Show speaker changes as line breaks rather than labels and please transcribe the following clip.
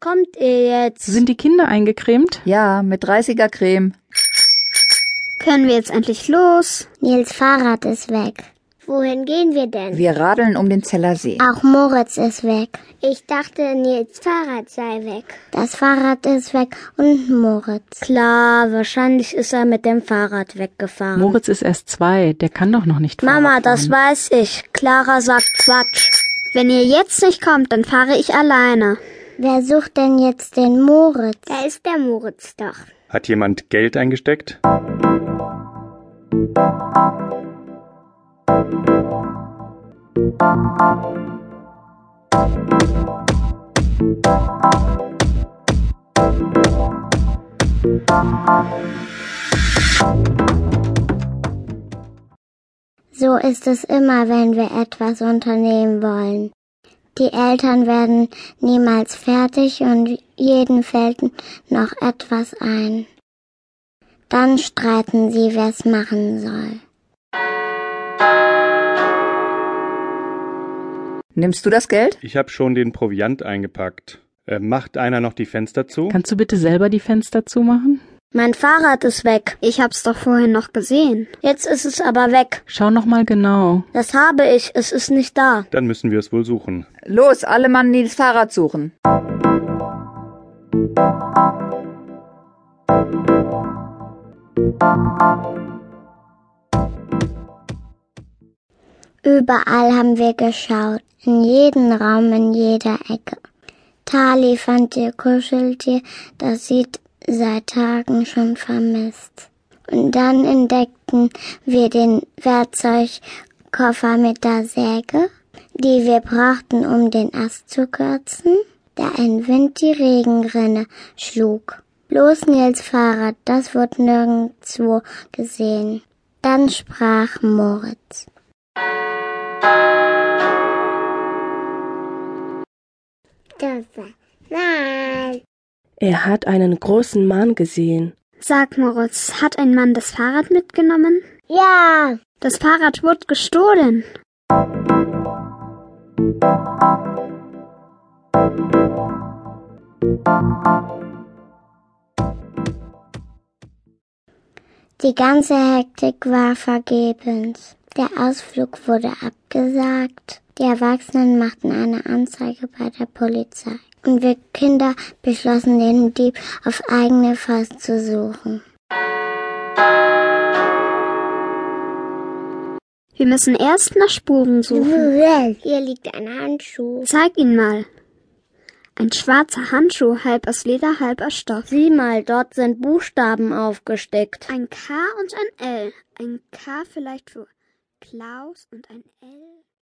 kommt ihr jetzt?
Sind die Kinder eingecremt?
Ja, mit 30er Creme.
Können wir jetzt endlich los?
Nils Fahrrad ist weg. Wohin gehen wir denn?
Wir radeln um den Zellersee.
Auch Moritz ist weg.
Ich dachte, Nils Fahrrad sei weg.
Das Fahrrad ist weg und Moritz.
Klar, wahrscheinlich ist er mit dem Fahrrad weggefahren.
Moritz ist erst zwei, der kann doch noch nicht Fahrrad
Mama,
fahren.
das weiß ich. Clara sagt Quatsch. Wenn ihr jetzt nicht kommt, dann fahre ich alleine.
Wer sucht denn jetzt den Moritz?
Da ist der Moritz doch.
Hat jemand Geld eingesteckt?
So ist es immer, wenn wir etwas unternehmen wollen. Die Eltern werden niemals fertig und jeden fällt noch etwas ein. Dann streiten sie, wer es machen soll.
Nimmst du das Geld?
Ich habe schon den Proviant eingepackt. Äh, macht einer noch die Fenster zu?
Kannst du bitte selber die Fenster zumachen?
Mein Fahrrad ist weg. Ich hab's doch vorhin noch gesehen. Jetzt ist es aber weg.
Schau noch mal genau.
Das habe ich. Es ist nicht da.
Dann müssen wir es wohl suchen.
Los, alle Mann Nils Fahrrad suchen.
Überall haben wir geschaut, in jedem Raum, in jeder Ecke. Tali fand ihr Kuscheltier, das sie seit Tagen schon vermisst. Und dann entdeckten wir den Werkzeugkoffer mit der Säge, die wir brauchten, um den Ast zu kürzen, da ein Wind die Regenrinne schlug. Bloß Nils Fahrrad, das wurde nirgendwo gesehen. Dann sprach Moritz.
Nein.
Er hat einen großen Mann gesehen.
Sag Moritz, hat ein Mann das Fahrrad mitgenommen?
Ja,
Das Fahrrad wurde gestohlen.
Die ganze Hektik war vergebens. Der Ausflug wurde abgesagt. Die Erwachsenen machten eine Anzeige bei der Polizei. Und wir Kinder beschlossen, den Dieb auf eigene Faust zu suchen.
Wir müssen erst nach Spuren suchen.
Hier liegt ein Handschuh.
Zeig ihn mal. Ein schwarzer Handschuh, halb aus Leder, halb aus Stoff.
Sieh mal, dort sind Buchstaben aufgesteckt.
Ein K und ein L. Ein K vielleicht für Klaus und ein L.